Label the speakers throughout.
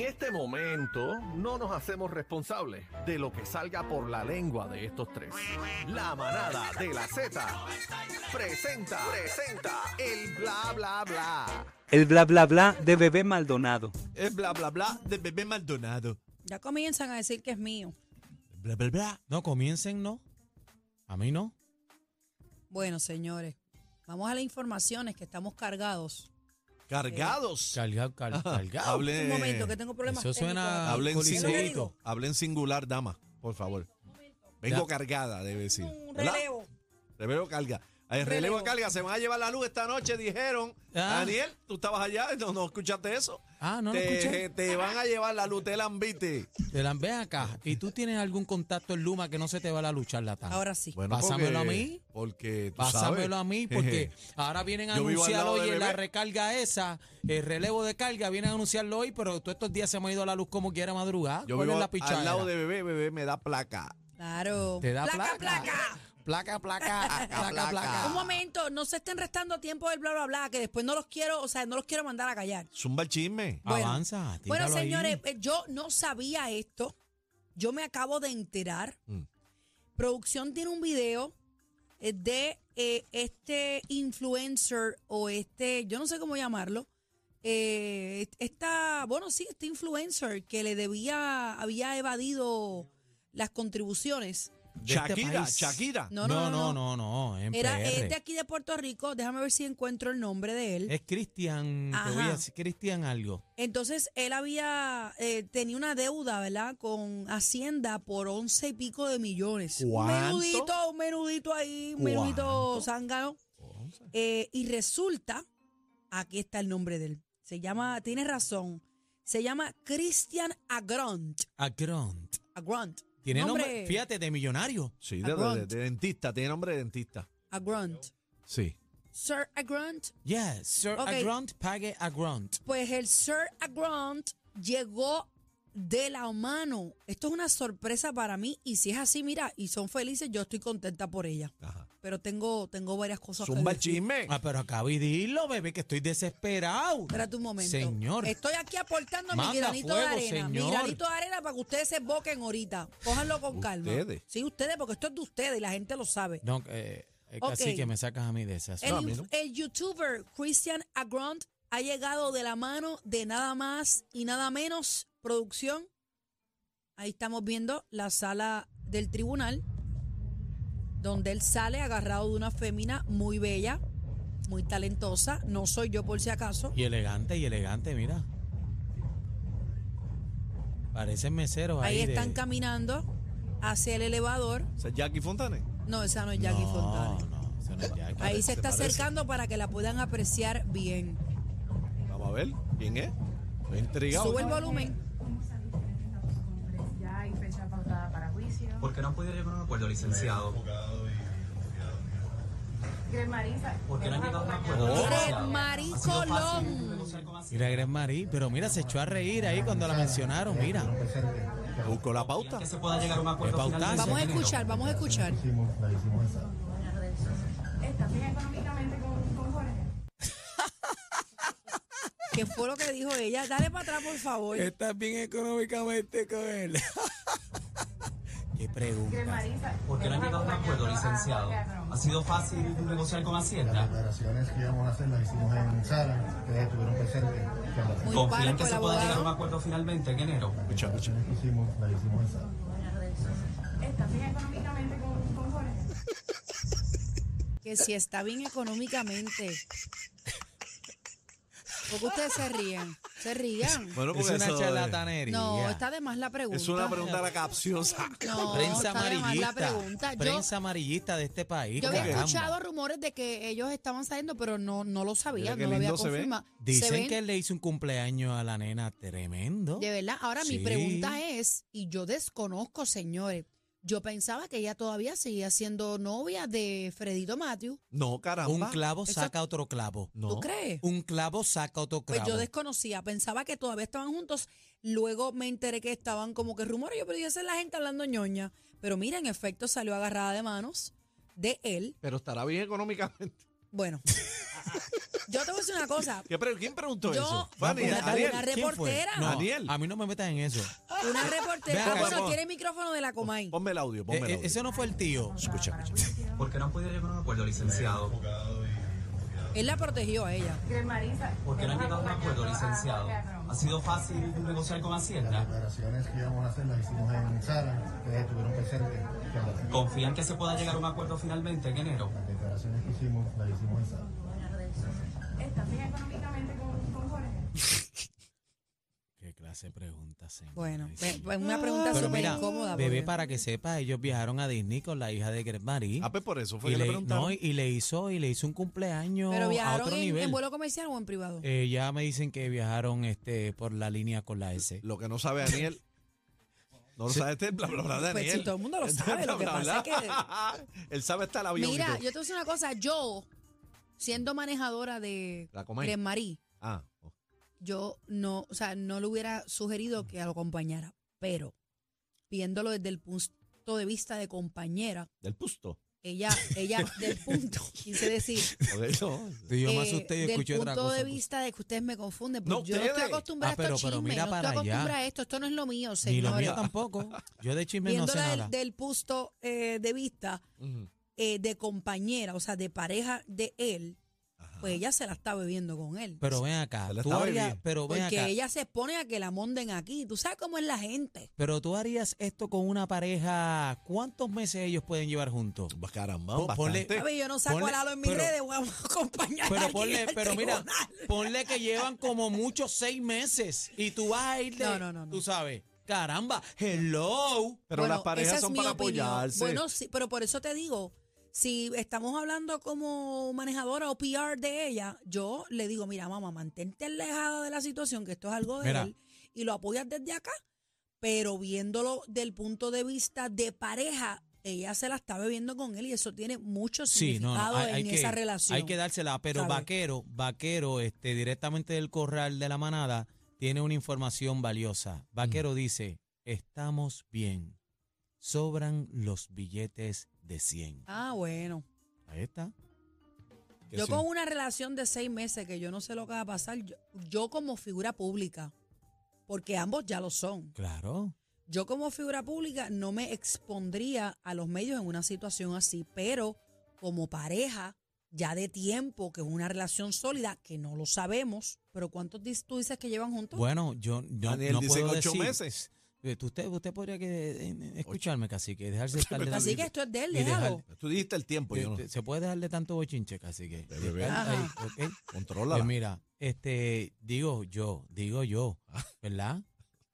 Speaker 1: En este momento no nos hacemos responsables de lo que salga por la lengua de estos tres. La manada de la Z presenta, presenta el bla bla bla.
Speaker 2: El bla bla bla de bebé Maldonado.
Speaker 3: Es bla bla bla de bebé Maldonado.
Speaker 4: Ya comienzan a decir que es mío.
Speaker 3: Bla bla bla. No, comiencen, no. A mí no.
Speaker 4: Bueno, señores, vamos a las informaciones que estamos cargados.
Speaker 3: Cargados.
Speaker 5: Cargado, car- cargado.
Speaker 3: Hable-
Speaker 4: Un momento, que tengo problemas
Speaker 5: Eso
Speaker 4: técnicos
Speaker 5: suena-
Speaker 4: aquí.
Speaker 3: Hable Eh. en
Speaker 5: Hablen
Speaker 4: ¿Qué es lo que digo?
Speaker 3: singular. Hable en singular, dama, por favor. Vengo
Speaker 5: Ya.
Speaker 3: cargada, debe decir.
Speaker 4: Un
Speaker 3: ¿Verdad?
Speaker 4: relevo.
Speaker 3: Relevo carga. El relevo,
Speaker 4: Relevo.
Speaker 3: carga. Se van a llevar la luz esta noche, dijeron.
Speaker 5: Ah.
Speaker 3: Daniel, tú estabas allá, no, no escuchaste eso.
Speaker 5: Ah, no lo
Speaker 3: te,
Speaker 5: escuché.
Speaker 3: te van a llevar la luz, te la ambite.
Speaker 5: Te la ven acá. ¿Y tú tienes algún contacto en Luma que no se te va a la luchar la tarde?
Speaker 4: Ahora sí.
Speaker 3: porque-
Speaker 5: Pásamelo a mí.
Speaker 3: Porque tú sabes.
Speaker 5: Pásamelo a mí porque ahora vienen a
Speaker 3: Yo vivo al
Speaker 5: anunciar
Speaker 3: lado de
Speaker 5: hoy en la
Speaker 3: bebé.
Speaker 5: recarga esa, el relevo de carga, vienen a anunciarlo hoy, pero todos estos días se me ha ido la luz como quiera madrugada.
Speaker 3: Yo
Speaker 5: ¿Cuál
Speaker 3: vivo
Speaker 5: es la
Speaker 3: al- al lado
Speaker 5: pichadera?
Speaker 3: de bebé, bebé me da placa.
Speaker 4: Claro.
Speaker 5: Te da
Speaker 4: placa,
Speaker 5: placa.
Speaker 4: placa.
Speaker 5: Placa, placa, placa,
Speaker 4: Un
Speaker 5: placa.
Speaker 4: momento, no se estén restando tiempo del bla bla bla, que después no los quiero, o sea, no los quiero mandar a callar.
Speaker 3: Zumba el chisme.
Speaker 4: Bueno.
Speaker 5: Avanza, tíralo
Speaker 4: Bueno,
Speaker 5: ahí.
Speaker 4: señores, eh, yo no sabía esto. Yo me acabo de enterar.
Speaker 3: Mm.
Speaker 4: Producción tiene un video eh, de eh, este influencer o este, yo no sé cómo llamarlo. eh, esta, bueno, sí, este influencer que le debía, había evadido las contribuciones.
Speaker 5: De este
Speaker 3: Shakira,
Speaker 5: país.
Speaker 3: Shakira.
Speaker 4: No, no, no, no.
Speaker 5: no, no, en
Speaker 4: Era
Speaker 5: PR.
Speaker 4: es de aquí de Puerto Rico. Déjame ver si encuentro el nombre de él.
Speaker 5: Es Cristian, te voy
Speaker 4: Ajá.
Speaker 5: a decir Cristian algo.
Speaker 4: Entonces él había eh, tenía una deuda, ¿verdad? Con Hacienda por once y pico de millones. Un
Speaker 3: ¿Cuánto?
Speaker 4: menudito, un menudito ahí, un menudito zángano. Eh, y resulta, aquí está el nombre de él. Se llama, tienes razón, se llama Christian Agront.
Speaker 5: A Grunt.
Speaker 4: Agront.
Speaker 5: Tiene nombre, fíjate, de millonario.
Speaker 3: Sí, de,
Speaker 4: Agront.
Speaker 3: de- de dentista, tiene nombre de dentista.
Speaker 4: Agront.
Speaker 3: Sí.
Speaker 4: Sir Agront.
Speaker 5: Yes, Sir
Speaker 4: Ok.
Speaker 5: a grunt pague a grunt.
Speaker 4: Pues el Sir Agront llegó de la mano. Esto es una sorpresa para mí y si es así, mira, y son felices, yo estoy contenta por ella.
Speaker 3: Ajá.
Speaker 4: Pero tengo, tengo varias cosas
Speaker 3: Zumba
Speaker 4: que
Speaker 3: el
Speaker 4: decir.
Speaker 3: chisme.
Speaker 5: Ah, pero acabo de decirlo, bebé, que estoy desesperado.
Speaker 4: Espérate un momento.
Speaker 5: Señor.
Speaker 4: Estoy aquí aportando mi
Speaker 5: Manda
Speaker 4: granito de
Speaker 5: fuego,
Speaker 4: arena. Mi
Speaker 5: señor.
Speaker 4: granito de arena para que ustedes se boquen ahorita. Cójanlo con calma.
Speaker 3: Ustedes.
Speaker 4: Sí, ustedes, porque esto es de ustedes y la gente lo sabe.
Speaker 5: No, eh, eh,
Speaker 4: Ok.
Speaker 5: casi que me sacas a mí de esas.
Speaker 4: El, inf- el youtuber Christian Agront ha llegado de la mano de nada más y nada menos producción. Ahí estamos viendo la sala del tribunal, donde él sale agarrado de una fémina muy bella, muy talentosa. No soy yo por si acaso.
Speaker 5: Y elegante, y elegante, mira. Parecen meseros ahí.
Speaker 4: Ahí
Speaker 5: de-
Speaker 4: están caminando hacia el elevador.
Speaker 3: O sea, Jackie Fontane.
Speaker 4: No, esa no es Jackie
Speaker 5: no,
Speaker 4: Fontana.
Speaker 5: No, eso no es Jackie.
Speaker 4: Ahí se
Speaker 3: ¿Te
Speaker 4: está
Speaker 3: parece?
Speaker 4: acercando para que la puedan apreciar bien.
Speaker 3: Vamos a ver quién es. Estoy intrigado.
Speaker 4: Sube el volumen.
Speaker 6: Ya hay fecha pautada para juicio.
Speaker 7: ¿Por qué no han podido llegar a un acuerdo, licenciado?
Speaker 6: Marisa,
Speaker 7: ¿Por qué no han llegado a un acuerdo?
Speaker 4: Miren, Marí Colón.
Speaker 5: Mira, Gres Marí, pero mira, se echó a reír ahí cuando la mencionaron, mira.
Speaker 3: Busco la pauta.
Speaker 7: Que se pueda llegar a un acuerdo
Speaker 5: Pautazo.
Speaker 7: final.
Speaker 4: Vamos a escuchar, vamos a escuchar.
Speaker 6: ¿estás bien económicamente con, con Jorge?
Speaker 4: ¿Qué fue lo que dijo ella? Dale para atrás, por favor.
Speaker 5: Estás bien económicamente con él. Qué
Speaker 6: Gres
Speaker 5: pregunta.
Speaker 6: Marisa,
Speaker 7: ¿Por qué no han llegado a un acuerdo, licenciado? ¿Ha sido fácil negociar con
Speaker 8: Las
Speaker 7: Hacienda?
Speaker 8: declaraciones que íbamos a hacer las hicimos en Sara, ustedes estuvieron presentes.
Speaker 4: Muy
Speaker 7: ¿Confían
Speaker 4: parco
Speaker 7: que
Speaker 4: el
Speaker 7: se pueda llegar a un
Speaker 4: abogado.
Speaker 7: acuerdo finalmente en enero?
Speaker 8: Las declaraciones que hicimos las hicimos en Sara.
Speaker 6: ¿estás bien económicamente con, con Jorge?
Speaker 4: Que si está bien económicamente. Porque ustedes se ríen. Se ríen.
Speaker 3: Bueno,
Speaker 5: Es
Speaker 3: porque
Speaker 5: una
Speaker 3: eso, eh,
Speaker 5: charlatanería.
Speaker 4: No, está de más la pregunta.
Speaker 3: Es una pregunta la capciosa.
Speaker 4: No,
Speaker 5: prensa
Speaker 4: está de más
Speaker 5: amarillista.
Speaker 4: la pregunta. Yo,
Speaker 5: Prensa amarillista de este país.
Speaker 4: Yo había
Speaker 5: caramba.
Speaker 4: escuchado rumores de que ellos estaban saliendo, pero no, no lo
Speaker 3: Mira
Speaker 4: sabía,
Speaker 3: qué
Speaker 4: no lo había
Speaker 3: lindo se ven.
Speaker 4: confirmado. Se
Speaker 5: Dicen
Speaker 4: ven,
Speaker 5: que él le hizo un cumpleaños a la nena tremendo.
Speaker 4: de verdad. Ahora mi
Speaker 5: Sí.
Speaker 4: pregunta es, y yo desconozco, señores, Yo pensaba que ella todavía seguía siendo novia de Fredito Matthew.
Speaker 9: No, caramba.
Speaker 5: Un clavo
Speaker 4: Eso-
Speaker 5: saca otro clavo.
Speaker 9: No.
Speaker 4: ¿Tú crees?
Speaker 5: Un clavo saca otro
Speaker 4: Pues
Speaker 5: clavo.
Speaker 4: yo desconocía, pensaba que todavía estaban juntos. Luego me enteré que estaban como que rumores. Yo, pero esa es la gente hablando ñoña. Pero mira, en efecto salió agarrada de manos de él.
Speaker 9: Pero estará bien económicamente.
Speaker 4: Bueno, yo te voy a decir una cosa.
Speaker 9: ¿Qué pre- ¿Quién preguntó
Speaker 4: Yo-
Speaker 9: eso?
Speaker 4: Una-
Speaker 9: Fanny,
Speaker 4: una-
Speaker 9: Ariel.
Speaker 4: una
Speaker 5: ¿Quién fue?
Speaker 4: reportera.
Speaker 5: No,
Speaker 9: Daniel.
Speaker 5: A mí no me metas en eso.
Speaker 4: Una reportera.
Speaker 5: Ve
Speaker 4: Ah,
Speaker 5: acá,
Speaker 4: bueno,
Speaker 5: vamos.
Speaker 4: quiere el micrófono de la Comay.
Speaker 9: Ponme el audio, ponme el
Speaker 5: Eh, eh,
Speaker 9: audio.
Speaker 5: ese no fue el tío.
Speaker 9: Escucha, escucha.
Speaker 7: ¿Por qué no han podido llegar a un acuerdo, licenciado?
Speaker 4: Él la protegió a ella.
Speaker 6: Marisa,
Speaker 7: ¿Por qué no han
Speaker 6: hemos
Speaker 7: llegado a un
Speaker 6: acompañado
Speaker 7: acuerdo,
Speaker 6: a-
Speaker 7: licenciado?
Speaker 6: al teatro.
Speaker 7: ¿Ha sido fácil negociar con
Speaker 8: Las
Speaker 7: Hacienda?
Speaker 8: declaraciones que íbamos a hacer las hicimos en Sara, ustedes estuvieron presentes.
Speaker 7: ¿Confían que se pueda llegar a un acuerdo finalmente en enero?
Speaker 8: Las declaraciones que hicimos las hicimos en Sara.
Speaker 6: ¿Están bien económicamente con, con Jorge?
Speaker 5: Qué clase de preguntas, señor.
Speaker 4: Bueno,
Speaker 5: Ay,
Speaker 4: pues,
Speaker 5: señor.
Speaker 4: pues una pregunta
Speaker 5: Pero
Speaker 4: súper
Speaker 5: mira,
Speaker 4: incómoda.
Speaker 5: bebé,
Speaker 4: porque-
Speaker 5: para que sepa, ellos viajaron a Disney con la hija de Greg Marie.
Speaker 9: Ah, pues por eso fue
Speaker 5: y
Speaker 9: que le
Speaker 5: le,
Speaker 9: preguntaron.
Speaker 5: no, y- y le hizo y le hizo un cumpleaños
Speaker 4: Pero
Speaker 5: a
Speaker 4: viajaron
Speaker 5: otro
Speaker 4: en,
Speaker 5: nivel.
Speaker 4: en vuelo comercial o en privado.
Speaker 5: Eh, ya me dicen que viajaron este por la línea con la S.
Speaker 9: Lo que no sabe Daniel. No lo sabe este, bla, bla, bla, Daniel.
Speaker 4: Pues
Speaker 9: Este,
Speaker 4: si todo el mundo lo sabe, lo que pasa
Speaker 9: es que... Él sabe hasta el avión. y
Speaker 4: Mira,
Speaker 9: todo.
Speaker 4: yo te voy a decir una cosa. Yo, siendo manejadora de
Speaker 9: La Comay.
Speaker 4: Glen Marie,
Speaker 9: Ah, ok.
Speaker 4: yo no, o sea, no le hubiera sugerido que lo acompañara. Pero, viéndolo desde el punto de vista de compañera,
Speaker 9: del pusto.
Speaker 4: ella, ella, del punto, quise decir,
Speaker 9: Ok, no.
Speaker 5: Y yo me
Speaker 4: eh,
Speaker 5: asusté y
Speaker 4: del
Speaker 5: escuché otra
Speaker 4: punto
Speaker 5: cosa.
Speaker 4: de
Speaker 5: pues.
Speaker 4: vista de que ustedes me confunden.
Speaker 9: No,
Speaker 4: porque yo no estoy
Speaker 9: ustedes.
Speaker 4: acostumbrada
Speaker 5: Ah,
Speaker 4: a
Speaker 5: pero-
Speaker 4: estos
Speaker 5: pero
Speaker 4: chismes,
Speaker 5: mira
Speaker 4: no estoy
Speaker 5: para allá.
Speaker 4: acostumbrada a esto, esto no es lo mío,
Speaker 5: Ni
Speaker 4: señores.
Speaker 5: lo mío tampoco. Yo de chisme no sé
Speaker 4: Viéndola del,
Speaker 5: nada.
Speaker 4: del punto eh, de vista
Speaker 9: Ujú.
Speaker 4: eh, de compañera, o sea, de pareja de él, pues ella se la está bebiendo con él.
Speaker 5: Pero ven acá,
Speaker 9: Se la
Speaker 5: tú
Speaker 9: está
Speaker 5: harías,
Speaker 9: bebiendo.
Speaker 5: pero ven
Speaker 4: porque
Speaker 5: acá,
Speaker 4: ella se pone a que la monden aquí. Tú sabes cómo es la gente.
Speaker 5: pero tú harías esto con una pareja, ¿cuántos meses ellos pueden llevar juntos?
Speaker 9: Pues Caramba,
Speaker 5: Pon-
Speaker 9: bastante.
Speaker 5: ponle-
Speaker 4: Sabe, Yo no saco
Speaker 5: Eh, Ponle-
Speaker 4: al halo en mis
Speaker 5: pero-
Speaker 4: redes, voy a acompañar a
Speaker 5: Pero
Speaker 4: alguien
Speaker 5: ponle,
Speaker 4: al
Speaker 5: pero mira,
Speaker 4: tribunal.
Speaker 5: ponle que llevan como muchos seis meses y tú vas a ir de,
Speaker 4: No, no, no, no.
Speaker 5: tú sabes, caramba, hello.
Speaker 9: Pero
Speaker 4: Bueno,
Speaker 9: las parejas
Speaker 4: esa
Speaker 9: son
Speaker 4: es mi
Speaker 9: para
Speaker 4: opinión.
Speaker 9: apoyarse.
Speaker 4: Bueno, sí, pero por eso te digo, si estamos hablando como manejadora o PR de ella, yo le digo, mira, mamá, mantente alejada de la situación, que esto es algo de
Speaker 5: Mira.
Speaker 4: él, y lo apoyas desde acá, pero viéndolo del punto de vista de pareja, ella se la está bebiendo con él y eso tiene mucho
Speaker 5: Sí, no,
Speaker 4: significado
Speaker 5: no, hay,
Speaker 4: en
Speaker 5: hay que,
Speaker 4: esa relación.
Speaker 5: hay que dársela, pero
Speaker 4: ¿Sabe?
Speaker 5: Vaquero, Vaquero, este, directamente del corral de la manada, tiene una información valiosa.
Speaker 9: Mm.
Speaker 5: Vaquero dice, estamos bien, sobran los billetes de 100.
Speaker 4: Ah, bueno.
Speaker 5: Ahí está.
Speaker 9: Que
Speaker 4: yo
Speaker 9: sí.
Speaker 4: con una relación de seis meses que yo no sé lo que va a pasar, yo, yo como figura pública, porque ambos ya lo son,
Speaker 5: Claro.
Speaker 4: yo como figura pública no me expondría a los medios en una situación así, pero como pareja ya de tiempo, que es una relación sólida, que no lo sabemos, pero ¿cuántos dis- tú dices que llevan juntos?
Speaker 5: Bueno, yo, yo
Speaker 9: Daniel
Speaker 5: no
Speaker 9: dice que
Speaker 5: puedo
Speaker 9: ocho
Speaker 5: decir-
Speaker 9: meses.
Speaker 5: Eh, tú- Usted, usted podría que, eh, escucharme, casi que dejarse estar de
Speaker 4: así que esto Pues es de él,
Speaker 5: y dejar-
Speaker 4: déjalo.
Speaker 9: Tú dijiste el tiempo, yo
Speaker 5: Te-
Speaker 9: no.
Speaker 5: te- Se puede dejar de tanto bochinche, casi que.
Speaker 9: De bebé.
Speaker 5: Dejar ahí,
Speaker 4: Ajá.
Speaker 5: ¿ok?
Speaker 9: Contrólala.
Speaker 5: Pues mira, este, digo yo, digo yo,
Speaker 9: Ah.
Speaker 5: ¿verdad?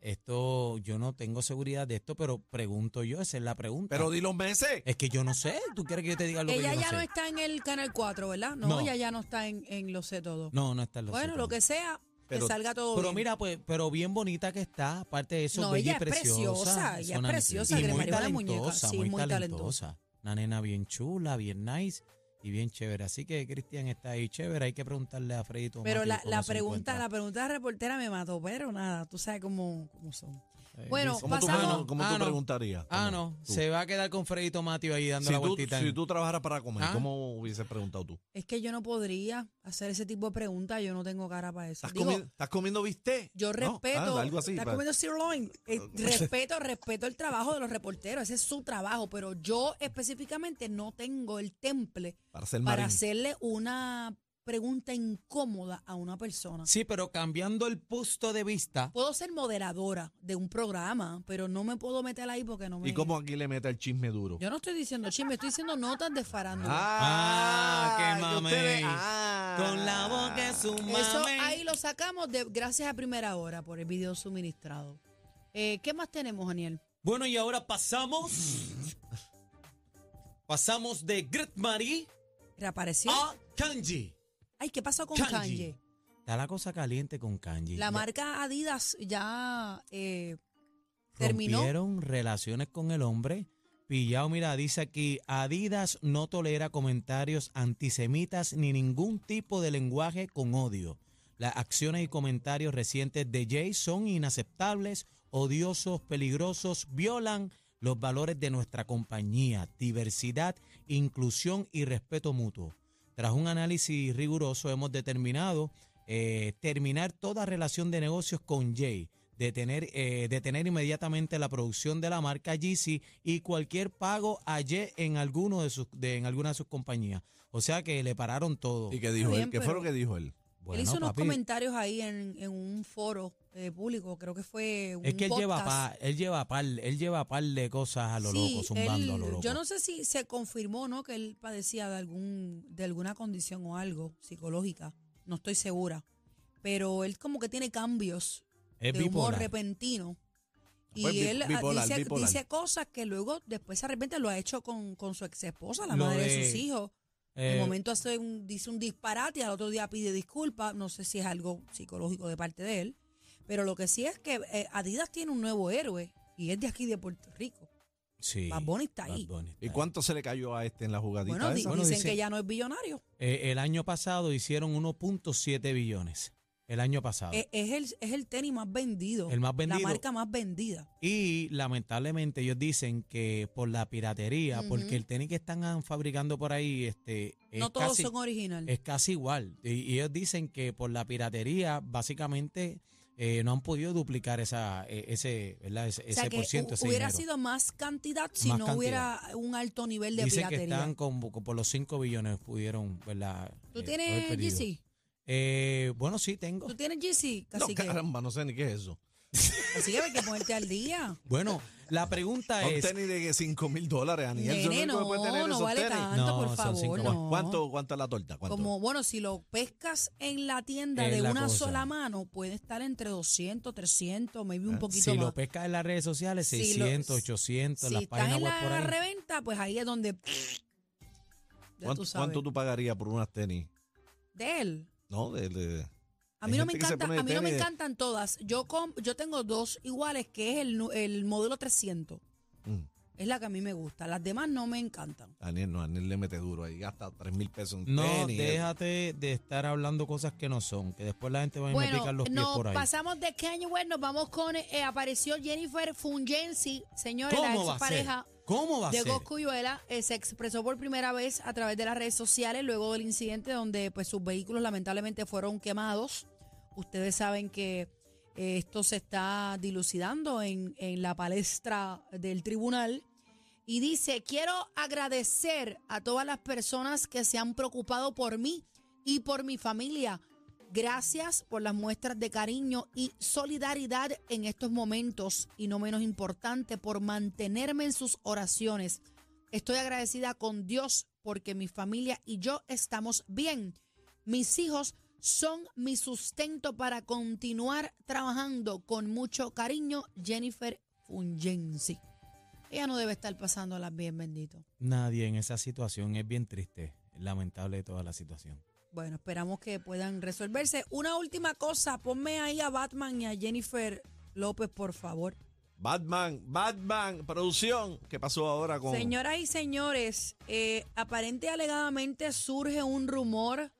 Speaker 5: Esto, yo no tengo seguridad de esto, pero pregunto yo, esa es la pregunta.
Speaker 9: Pero di los meses.
Speaker 5: es que yo no sé, ¿tú quieres que yo te diga lo que
Speaker 4: Ella
Speaker 5: yo no
Speaker 4: ya
Speaker 5: sé?
Speaker 4: no está en el Canal 4, ¿verdad? No,
Speaker 5: No.
Speaker 4: ella ya no está en, en Lo Sé Todo.
Speaker 5: No, no está en los
Speaker 4: bueno, lo que
Speaker 5: síntomas.
Speaker 4: sea,
Speaker 9: Pero-
Speaker 4: que salga todo
Speaker 5: Pero
Speaker 4: bien.
Speaker 5: mira, pues, pero bien bonita que está, aparte de eso,
Speaker 4: No,
Speaker 5: bella
Speaker 4: ella es
Speaker 5: y
Speaker 4: preciosa,
Speaker 5: preciosa.
Speaker 4: ella es
Speaker 5: una-
Speaker 4: preciosa,
Speaker 5: y
Speaker 4: Gregorio,
Speaker 5: muy
Speaker 4: la muñeca,
Speaker 5: talentosa,
Speaker 4: sí,
Speaker 5: muy
Speaker 4: muy talentosa.
Speaker 5: talentosa. Una nena bien chula, bien nice y bien chévere. Así que Cristian está ahí chévere, hay que preguntarle a Freddy Tomás
Speaker 4: Pero
Speaker 5: que
Speaker 4: la,
Speaker 5: cómo
Speaker 4: la
Speaker 5: se
Speaker 4: pregunta,
Speaker 5: encuentra.
Speaker 4: la pregunta de la reportera me mató, pero nada, tú sabes cómo, cómo son. Bueno,
Speaker 9: ¿Cómo tú,
Speaker 4: pasamos.
Speaker 9: no, cómo tú
Speaker 5: Ah, no.
Speaker 9: preguntarías?
Speaker 5: Ah,
Speaker 9: ¿Cómo?
Speaker 5: no,
Speaker 9: Tú.
Speaker 5: se va a quedar con Freddy Tomatio ahí dando
Speaker 9: Si
Speaker 5: la
Speaker 9: tú,
Speaker 5: vueltita.
Speaker 9: si
Speaker 5: en-
Speaker 9: tú trabajaras para comer,
Speaker 5: ¿Ah?
Speaker 9: ¿cómo hubieses preguntado tú?
Speaker 4: Es que yo no podría hacer ese tipo de preguntas, yo no tengo cara para eso.
Speaker 9: ¿Estás,
Speaker 4: Digo,
Speaker 9: comiendo, ¿estás comiendo bistec?
Speaker 4: yo
Speaker 9: No,
Speaker 4: respeto,
Speaker 9: ah, algo así.
Speaker 4: ¿estás
Speaker 9: pa-
Speaker 4: comiendo sirloin? Eh, respeto, respeto el trabajo de los reporteros, ese es su trabajo, pero yo específicamente no tengo el temple
Speaker 9: para ser
Speaker 4: para
Speaker 9: marín.
Speaker 4: hacerle una pregunta incómoda a una persona.
Speaker 5: Sí, pero cambiando el punto de vista,
Speaker 4: Puedo ser moderadora de un programa, pero no me puedo meter ahí porque no me...
Speaker 9: ¿Y cómo aquí le mete el chisme duro?
Speaker 4: Yo no estoy diciendo chisme, estoy diciendo notas de
Speaker 9: Ah,
Speaker 4: farándula.
Speaker 5: Ah, qué
Speaker 9: que ustedes-
Speaker 5: mamey.
Speaker 9: ah.
Speaker 5: con la voz que su
Speaker 4: Eso
Speaker 5: mame-
Speaker 4: ahí lo sacamos de gracias a primera hora por el video suministrado. Eh, ¿Qué más tenemos, Daniel?
Speaker 5: Bueno, y ahora pasamos. pasamos de Gret Marie
Speaker 4: ¿Reapareció?
Speaker 5: a Kanji.
Speaker 4: Ay, ¿qué pasó con Kanye?
Speaker 5: Kanye. Está la cosa caliente con Kanji.
Speaker 4: La
Speaker 5: Ya
Speaker 4: marca Adidas ya eh, terminó.
Speaker 5: Rompieron relaciones con el hombre Pillao, mira, dice aquí, Adidas no tolera comentarios antisemitas ni ningún tipo de lenguaje con odio. Las acciones y comentarios recientes de Jay son inaceptables, odiosos, peligrosos, violan los valores de nuestra compañía, diversidad, inclusión y respeto mutuo. Tras un análisis riguroso hemos determinado eh, terminar toda relación de negocios con Jay, detener, eh, detener inmediatamente la producción de la marca Yeezy y cualquier pago a Jay en, alguno de sus, de- en alguna de sus compañías. O sea que le pararon todo.
Speaker 9: ¿Y qué dijo
Speaker 4: bien,
Speaker 9: él? ¿Qué fue
Speaker 4: pero-
Speaker 9: lo que dijo él?
Speaker 5: Bueno,
Speaker 4: él hizo unos
Speaker 5: papi,
Speaker 4: comentarios ahí en, en un foro eh, público, creo que fue un
Speaker 5: Es que él lleva,
Speaker 4: podcast.
Speaker 5: pa- él, lleva par, él lleva par de cosas a lo
Speaker 4: Sí,
Speaker 5: loco, zumbando a
Speaker 4: él-
Speaker 5: lo loco.
Speaker 4: Yo no sé si se confirmó no que él padecía de algún de alguna condición o algo psicológica, no estoy segura, pero él como que tiene cambios
Speaker 5: es
Speaker 4: de humor
Speaker 5: bipolar.
Speaker 4: repentino. Y
Speaker 9: Pues, bi-
Speaker 4: él ah,
Speaker 9: bipolar,
Speaker 4: dice,
Speaker 9: bipolar.
Speaker 4: dice cosas que luego después se arrepiente, lo ha hecho con, con su ex esposa, la
Speaker 5: Lo
Speaker 4: madre de,
Speaker 5: de-
Speaker 4: sus hijos.
Speaker 5: Eh,
Speaker 4: de momento hace un, dice un disparate y al otro día pide disculpas. No sé si es algo psicológico de parte de él. Pero lo que sí es que eh, Adidas tiene un nuevo héroe y es de aquí de Puerto Rico.
Speaker 5: sí,
Speaker 4: Bad Bunny está
Speaker 5: Bad
Speaker 4: ahí.
Speaker 5: Bunny está
Speaker 9: ¿Y
Speaker 5: ahí.
Speaker 9: cuánto se le cayó a este en la jugadita
Speaker 4: Bueno, di-
Speaker 9: esa?
Speaker 5: Bueno,
Speaker 4: dicen
Speaker 5: dice-
Speaker 4: que ya no es billonario.
Speaker 5: Eh, el año pasado hicieron 1.7 billones. El año pasado.
Speaker 4: Es, es el, es el tenis más vendido.
Speaker 5: Ah. El más vendido.
Speaker 4: La marca más vendida.
Speaker 5: y lamentablemente ellos dicen que por la piratería,
Speaker 4: Ujú.
Speaker 5: porque el tenis que están ah, fabricando por ahí este, es,
Speaker 4: no todos
Speaker 5: casi,
Speaker 4: son originales.
Speaker 5: es casi igual. Y, y ellos dicen que por la piratería, básicamente, eh, no han podido duplicar esa, eh, ese, ¿verdad? ese,
Speaker 4: o sea
Speaker 5: ese
Speaker 4: que
Speaker 5: por ciento.
Speaker 4: hu-
Speaker 5: ese
Speaker 4: hubiera
Speaker 5: dinero.
Speaker 4: sido más cantidad si
Speaker 5: Más
Speaker 4: no hubiera un alto nivel de
Speaker 5: Dicen que
Speaker 4: piratería.
Speaker 5: están con, con- por los 5 billones pudieron, ¿verdad?
Speaker 4: ¿Tú
Speaker 5: eh,
Speaker 4: tienes
Speaker 5: haber perdido.
Speaker 4: GC?
Speaker 5: Eh, bueno, sí, tengo.
Speaker 4: ¿Tú tienes GC?
Speaker 9: No,
Speaker 4: Así que,
Speaker 9: caramba, no sé ni qué es eso.
Speaker 4: así que hay que ponerte al día.
Speaker 5: Bueno, la pregunta
Speaker 9: Un
Speaker 5: es...
Speaker 9: tenis de 5 mil dólares, Aniel.
Speaker 4: Nene,
Speaker 9: ¿Son los únicos
Speaker 4: no,
Speaker 9: que pueden tener
Speaker 4: no
Speaker 9: esos
Speaker 4: vale
Speaker 9: tenis?
Speaker 4: tanto,
Speaker 5: No,
Speaker 4: por
Speaker 5: son
Speaker 4: favor.
Speaker 5: cinco
Speaker 4: no.
Speaker 9: ¿Cu- ¿Cuánto, ¿Cuánto es la torta? ¿Cuánto?
Speaker 4: Como, bueno, si lo pescas en la tienda
Speaker 5: Es
Speaker 4: de
Speaker 5: la
Speaker 4: una
Speaker 5: cosa.
Speaker 4: sola mano, puede estar entre 200, 300, maybe
Speaker 9: Ah,
Speaker 4: un poquito
Speaker 5: Si
Speaker 4: más.
Speaker 5: lo pescas en las redes sociales,
Speaker 4: Si lo-
Speaker 5: 600, 800,
Speaker 4: si
Speaker 5: las
Speaker 4: estás
Speaker 5: páginas
Speaker 4: en
Speaker 5: web
Speaker 4: la
Speaker 5: por ahí.
Speaker 4: reventa, pues ahí es donde... Ya
Speaker 9: ¿Cuánto,
Speaker 4: tú sabes.
Speaker 9: cuánto tú pagarías por unas tenis?
Speaker 4: De él.
Speaker 9: No, de, de-
Speaker 4: A
Speaker 9: Hay
Speaker 4: mí, no me,
Speaker 9: gente que se
Speaker 4: encanta,
Speaker 9: pone
Speaker 4: a mí no me
Speaker 9: tenis de-
Speaker 4: encantan todas. Yo com- yo tengo dos iguales, que es el, nu- el modelo 300.
Speaker 9: Mm.
Speaker 4: Es la que a mí me gusta. Las demás no me encantan.
Speaker 9: Aniel, no, Aniel le mete duro ahí, gasta 3 mil pesos en
Speaker 5: No,
Speaker 9: tenis.
Speaker 5: déjate de estar hablando cosas que no son, que después la gente va a ir
Speaker 4: Bueno,
Speaker 5: picar los pies
Speaker 4: nos
Speaker 5: por ahí.
Speaker 4: pasamos de Kanye West, nos vamos con... eh, apareció Jennifer Fungensi, señores, la
Speaker 5: ¿Cómo va a ser?
Speaker 4: expareja
Speaker 5: ¿Cómo va a
Speaker 4: de
Speaker 5: ser?
Speaker 4: Goscuyuela. eh, se expresó por primera vez a través de las redes sociales luego del incidente donde pues, sus vehículos lamentablemente fueron quemados. Ustedes saben que eh, esto se está dilucidando en, en la palestra del tribunal. Y dice, quiero agradecer a todas las personas que se han preocupado por mí y por mi familia. Gracias por las muestras de cariño y solidaridad en estos momentos y no menos importante por mantenerme en sus oraciones. Estoy agradecida con Dios porque mi familia y yo estamos bien. Mis hijos son mi sustento para continuar trabajando con mucho cariño. Jennifer Fungensi. Ella no debe estar pasándolas bien, bendito.
Speaker 5: Nadie en esa situación es bien triste, es lamentable toda la situación.
Speaker 4: Bueno, esperamos que puedan resolverse. Una última cosa, ponme ahí a Batman y a Jennifer López, por favor.
Speaker 9: Batman, Batman, producción. ¿Qué pasó ahora con...?
Speaker 4: Señoras y señores, eh, aparente y alegadamente surge un rumor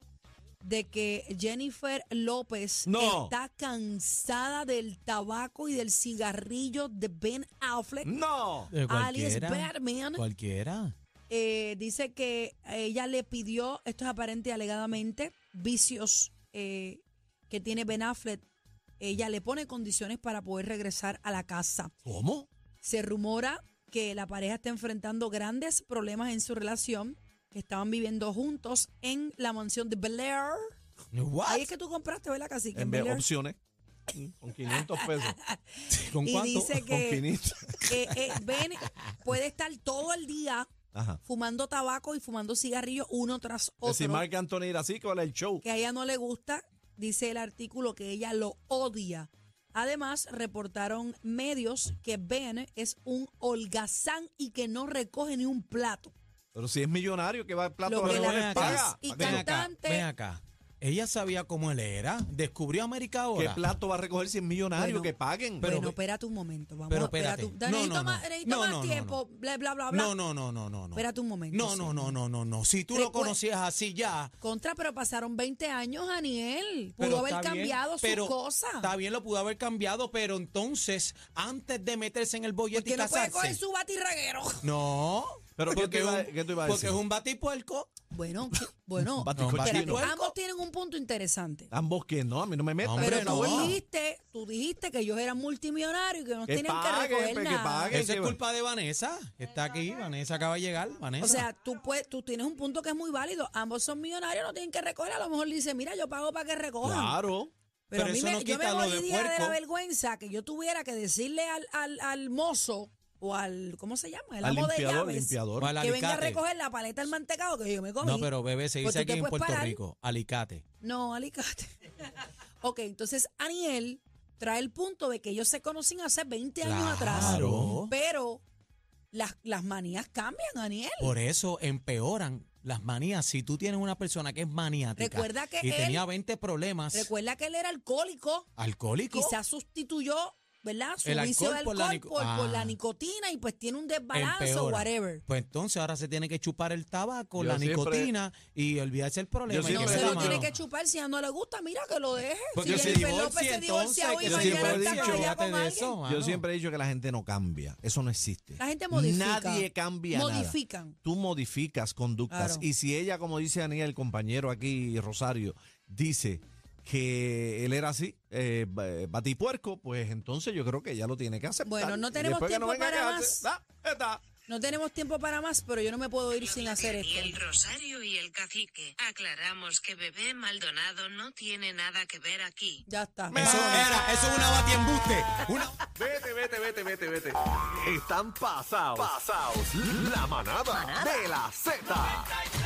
Speaker 4: de que Jennifer López
Speaker 9: No.
Speaker 4: está cansada del tabaco y del cigarrillo de Ben Affleck.
Speaker 9: ¡No!
Speaker 5: Eh,
Speaker 4: Alias
Speaker 5: cualquiera,
Speaker 4: Batman.
Speaker 5: Cualquiera.
Speaker 4: Eh, dice que ella le pidió, esto es aparente y alegadamente, vicios eh, que tiene Ben Affleck. Ella le pone condiciones para poder regresar a la casa.
Speaker 9: ¿Cómo?
Speaker 4: Se rumora que la pareja está enfrentando grandes problemas en su relación, que estaban viviendo juntos en la mansión de Bel Air.
Speaker 5: ¿What?
Speaker 4: Ahí es que tú compraste, ¿verdad, Cacique?
Speaker 9: En
Speaker 4: Bel
Speaker 9: vez
Speaker 4: Air.
Speaker 9: opciones. mm, Con 500 pesos.
Speaker 5: ¿Con
Speaker 4: Y
Speaker 5: cuánto?
Speaker 4: dice
Speaker 9: Con
Speaker 4: que
Speaker 9: 500.
Speaker 4: eh, eh, Ben puede estar todo el día
Speaker 9: Ajá.
Speaker 4: fumando tabaco y fumando cigarrillos uno tras
Speaker 9: Que
Speaker 4: otro.
Speaker 9: Si Marc Anthony era así, ¿cuál es el show?
Speaker 4: que a ella no le gusta, dice el artículo que ella lo odia. Además, reportaron medios que Ben es un holgazán y que no recoge ni un plato.
Speaker 9: Pero si es millonario, que va al plato
Speaker 4: Lo que
Speaker 9: de
Speaker 4: la
Speaker 9: la
Speaker 5: ven
Speaker 4: actriz
Speaker 9: paga.
Speaker 4: y
Speaker 9: Ven acá.
Speaker 4: cantante
Speaker 5: Ven acá. Ella sabía cómo él era. Descubrió América
Speaker 9: ¿Qué
Speaker 5: ahora.
Speaker 9: plato va a recoger si es millonario?
Speaker 4: Bueno,
Speaker 9: que paguen.
Speaker 5: pero-
Speaker 4: bueno, espérate un momento. Vamos
Speaker 5: pero
Speaker 4: a- espérate.
Speaker 5: espérate.
Speaker 4: Da-
Speaker 5: No,
Speaker 4: necesito
Speaker 5: no,
Speaker 4: más,
Speaker 5: no.
Speaker 4: necesito
Speaker 5: No,
Speaker 4: más
Speaker 5: no, no,
Speaker 4: tiempo. Bla, bla, bla, bla.
Speaker 5: No, no, no, no, no, no.
Speaker 4: Espérate un momento,
Speaker 5: No,
Speaker 4: sí.
Speaker 5: no, no, no, no, no. Si tú lo
Speaker 4: Recuer-
Speaker 5: conocías así ya.
Speaker 4: Contra, pero pasaron 20 años, Aniel. Pudo
Speaker 5: pero
Speaker 4: haber
Speaker 5: está bien,
Speaker 4: cambiado
Speaker 5: pero
Speaker 4: sus cosas.
Speaker 5: Está bien, lo pudo haber cambiado, pero entonces, antes de meterse en el bollete
Speaker 4: Porque
Speaker 5: y
Speaker 4: no puede
Speaker 5: casarse.
Speaker 4: coger su batirreguero.
Speaker 5: No.
Speaker 9: Pero ¿qué
Speaker 5: porque
Speaker 9: tú
Speaker 5: es
Speaker 9: iba-
Speaker 5: un-
Speaker 9: qué tú ibas a
Speaker 5: Porque es
Speaker 9: decir?
Speaker 5: un batipuerco.
Speaker 4: Bueno, bueno.
Speaker 9: Batico
Speaker 5: No,
Speaker 4: espérate,
Speaker 9: chino.
Speaker 5: batipuerco.
Speaker 4: ambos tienen un punto interesante.
Speaker 9: Ambos que no, a mí no me metan.
Speaker 5: Hombre,
Speaker 4: Pero
Speaker 9: Eso,
Speaker 4: tú
Speaker 9: bueno.
Speaker 4: dijiste, tú dijiste que ellos eran multimillonarios y que no
Speaker 9: Que
Speaker 4: tenían que
Speaker 9: paguen,
Speaker 4: recoger
Speaker 9: pues, que
Speaker 4: nada.
Speaker 9: paguen.
Speaker 5: Eso es
Speaker 9: que-
Speaker 5: culpa de Vanessa. que Está aquí, Vanessa acaba de llegar. Vanessa.
Speaker 4: O sea, tú, puedes, tú tienes un punto que es muy válido. Ambos son millonarios, no tienen que recoger. A lo mejor le dice, mira, yo pago para que recojan.
Speaker 9: Claro.
Speaker 4: Pero,
Speaker 5: Pero
Speaker 4: a mí
Speaker 5: eso
Speaker 4: me,
Speaker 5: no
Speaker 4: yo me
Speaker 5: quita lo
Speaker 4: morí
Speaker 5: de
Speaker 4: día de la
Speaker 5: puerco.
Speaker 4: vergüenza que yo tuviera que decirle al, al, al mozo o al, ¿cómo se llama? El
Speaker 9: Al
Speaker 4: amo
Speaker 9: limpiador,
Speaker 4: de llaves.
Speaker 9: limpiador.
Speaker 5: O al
Speaker 4: Que venga a
Speaker 5: alicate.
Speaker 4: recoger la paleta del mantecado que yo me comí.
Speaker 5: No, pero bebé se
Speaker 4: Pues
Speaker 5: dice
Speaker 4: tú te
Speaker 5: aquí en
Speaker 4: puedes
Speaker 5: Puerto
Speaker 4: parar.
Speaker 5: Rico. Alicate.
Speaker 4: No, alicate. ok, entonces Aniel trae el punto de que ellos se conocen hace 20 años atrás.
Speaker 5: Claro.
Speaker 4: Pero las, las manías cambian, Aniel.
Speaker 5: Por eso empeoran las manías. Si tú tienes una persona que es maniática
Speaker 4: Recuerda que
Speaker 5: y
Speaker 4: él-
Speaker 5: tenía 20 problemas
Speaker 4: Recuerda que él era alcohólico.
Speaker 5: alcohólico,
Speaker 4: Quizás sustituyó, ¿verdad? Su
Speaker 5: El
Speaker 4: vicio
Speaker 5: alcohol por
Speaker 4: de
Speaker 5: la
Speaker 4: alcohol
Speaker 5: nico-
Speaker 4: por, por la
Speaker 5: Ah.
Speaker 4: nicotina y pues tiene un desbalance o
Speaker 5: empeora.
Speaker 4: whatever.
Speaker 5: Pues entonces ahora se tiene que chupar el tabaco,
Speaker 9: Yo
Speaker 5: la
Speaker 9: siempre-
Speaker 5: nicotina y olvidarse el problema.
Speaker 9: Yo
Speaker 5: y
Speaker 9: siempre-
Speaker 4: No
Speaker 5: que
Speaker 4: se
Speaker 9: meta
Speaker 4: lo
Speaker 5: meta
Speaker 4: tiene
Speaker 5: mano.
Speaker 4: que chupar. Si a no le gusta, mira que lo deje.
Speaker 5: Porque
Speaker 4: si
Speaker 5: se
Speaker 4: Jennifer
Speaker 5: divorcie,
Speaker 4: López se divorcia
Speaker 5: entonces,
Speaker 4: hoy,
Speaker 5: que se
Speaker 4: mañana
Speaker 9: divorcie,
Speaker 4: está todavía
Speaker 5: olvídate
Speaker 4: con
Speaker 5: de
Speaker 4: alguien.
Speaker 5: eso,
Speaker 9: Yo
Speaker 5: mano.
Speaker 9: siempre he dicho que la gente no cambia. Eso no existe.
Speaker 4: La gente modifica.
Speaker 9: Nadie cambia nada.
Speaker 4: Modifican.
Speaker 9: Tú modificas conductas.
Speaker 4: Claro.
Speaker 9: Y si ella, como dice Daniel, el compañero aquí, Rosario, dice que él era así, eh, ba- batipuerco, pues entonces yo creo que ella lo tiene que aceptar.
Speaker 4: Bueno, no
Speaker 9: Y
Speaker 4: tenemos
Speaker 9: después que no
Speaker 4: tiempo
Speaker 9: venga a
Speaker 4: para
Speaker 9: quejarse,
Speaker 4: más.
Speaker 9: ah, está.
Speaker 4: No tenemos tiempo para más, pero yo no me puedo ir sin hacer
Speaker 10: El
Speaker 4: esto.
Speaker 10: Rosario y el cacique. Aclaramos que bebé Maldonado no tiene nada que ver aquí.
Speaker 4: Ya está.
Speaker 5: Eso era, eso es una batiembuste. Una...
Speaker 1: Vete, vete, vete, vete, vete. Están pasados. Pasados. La manada de la Z.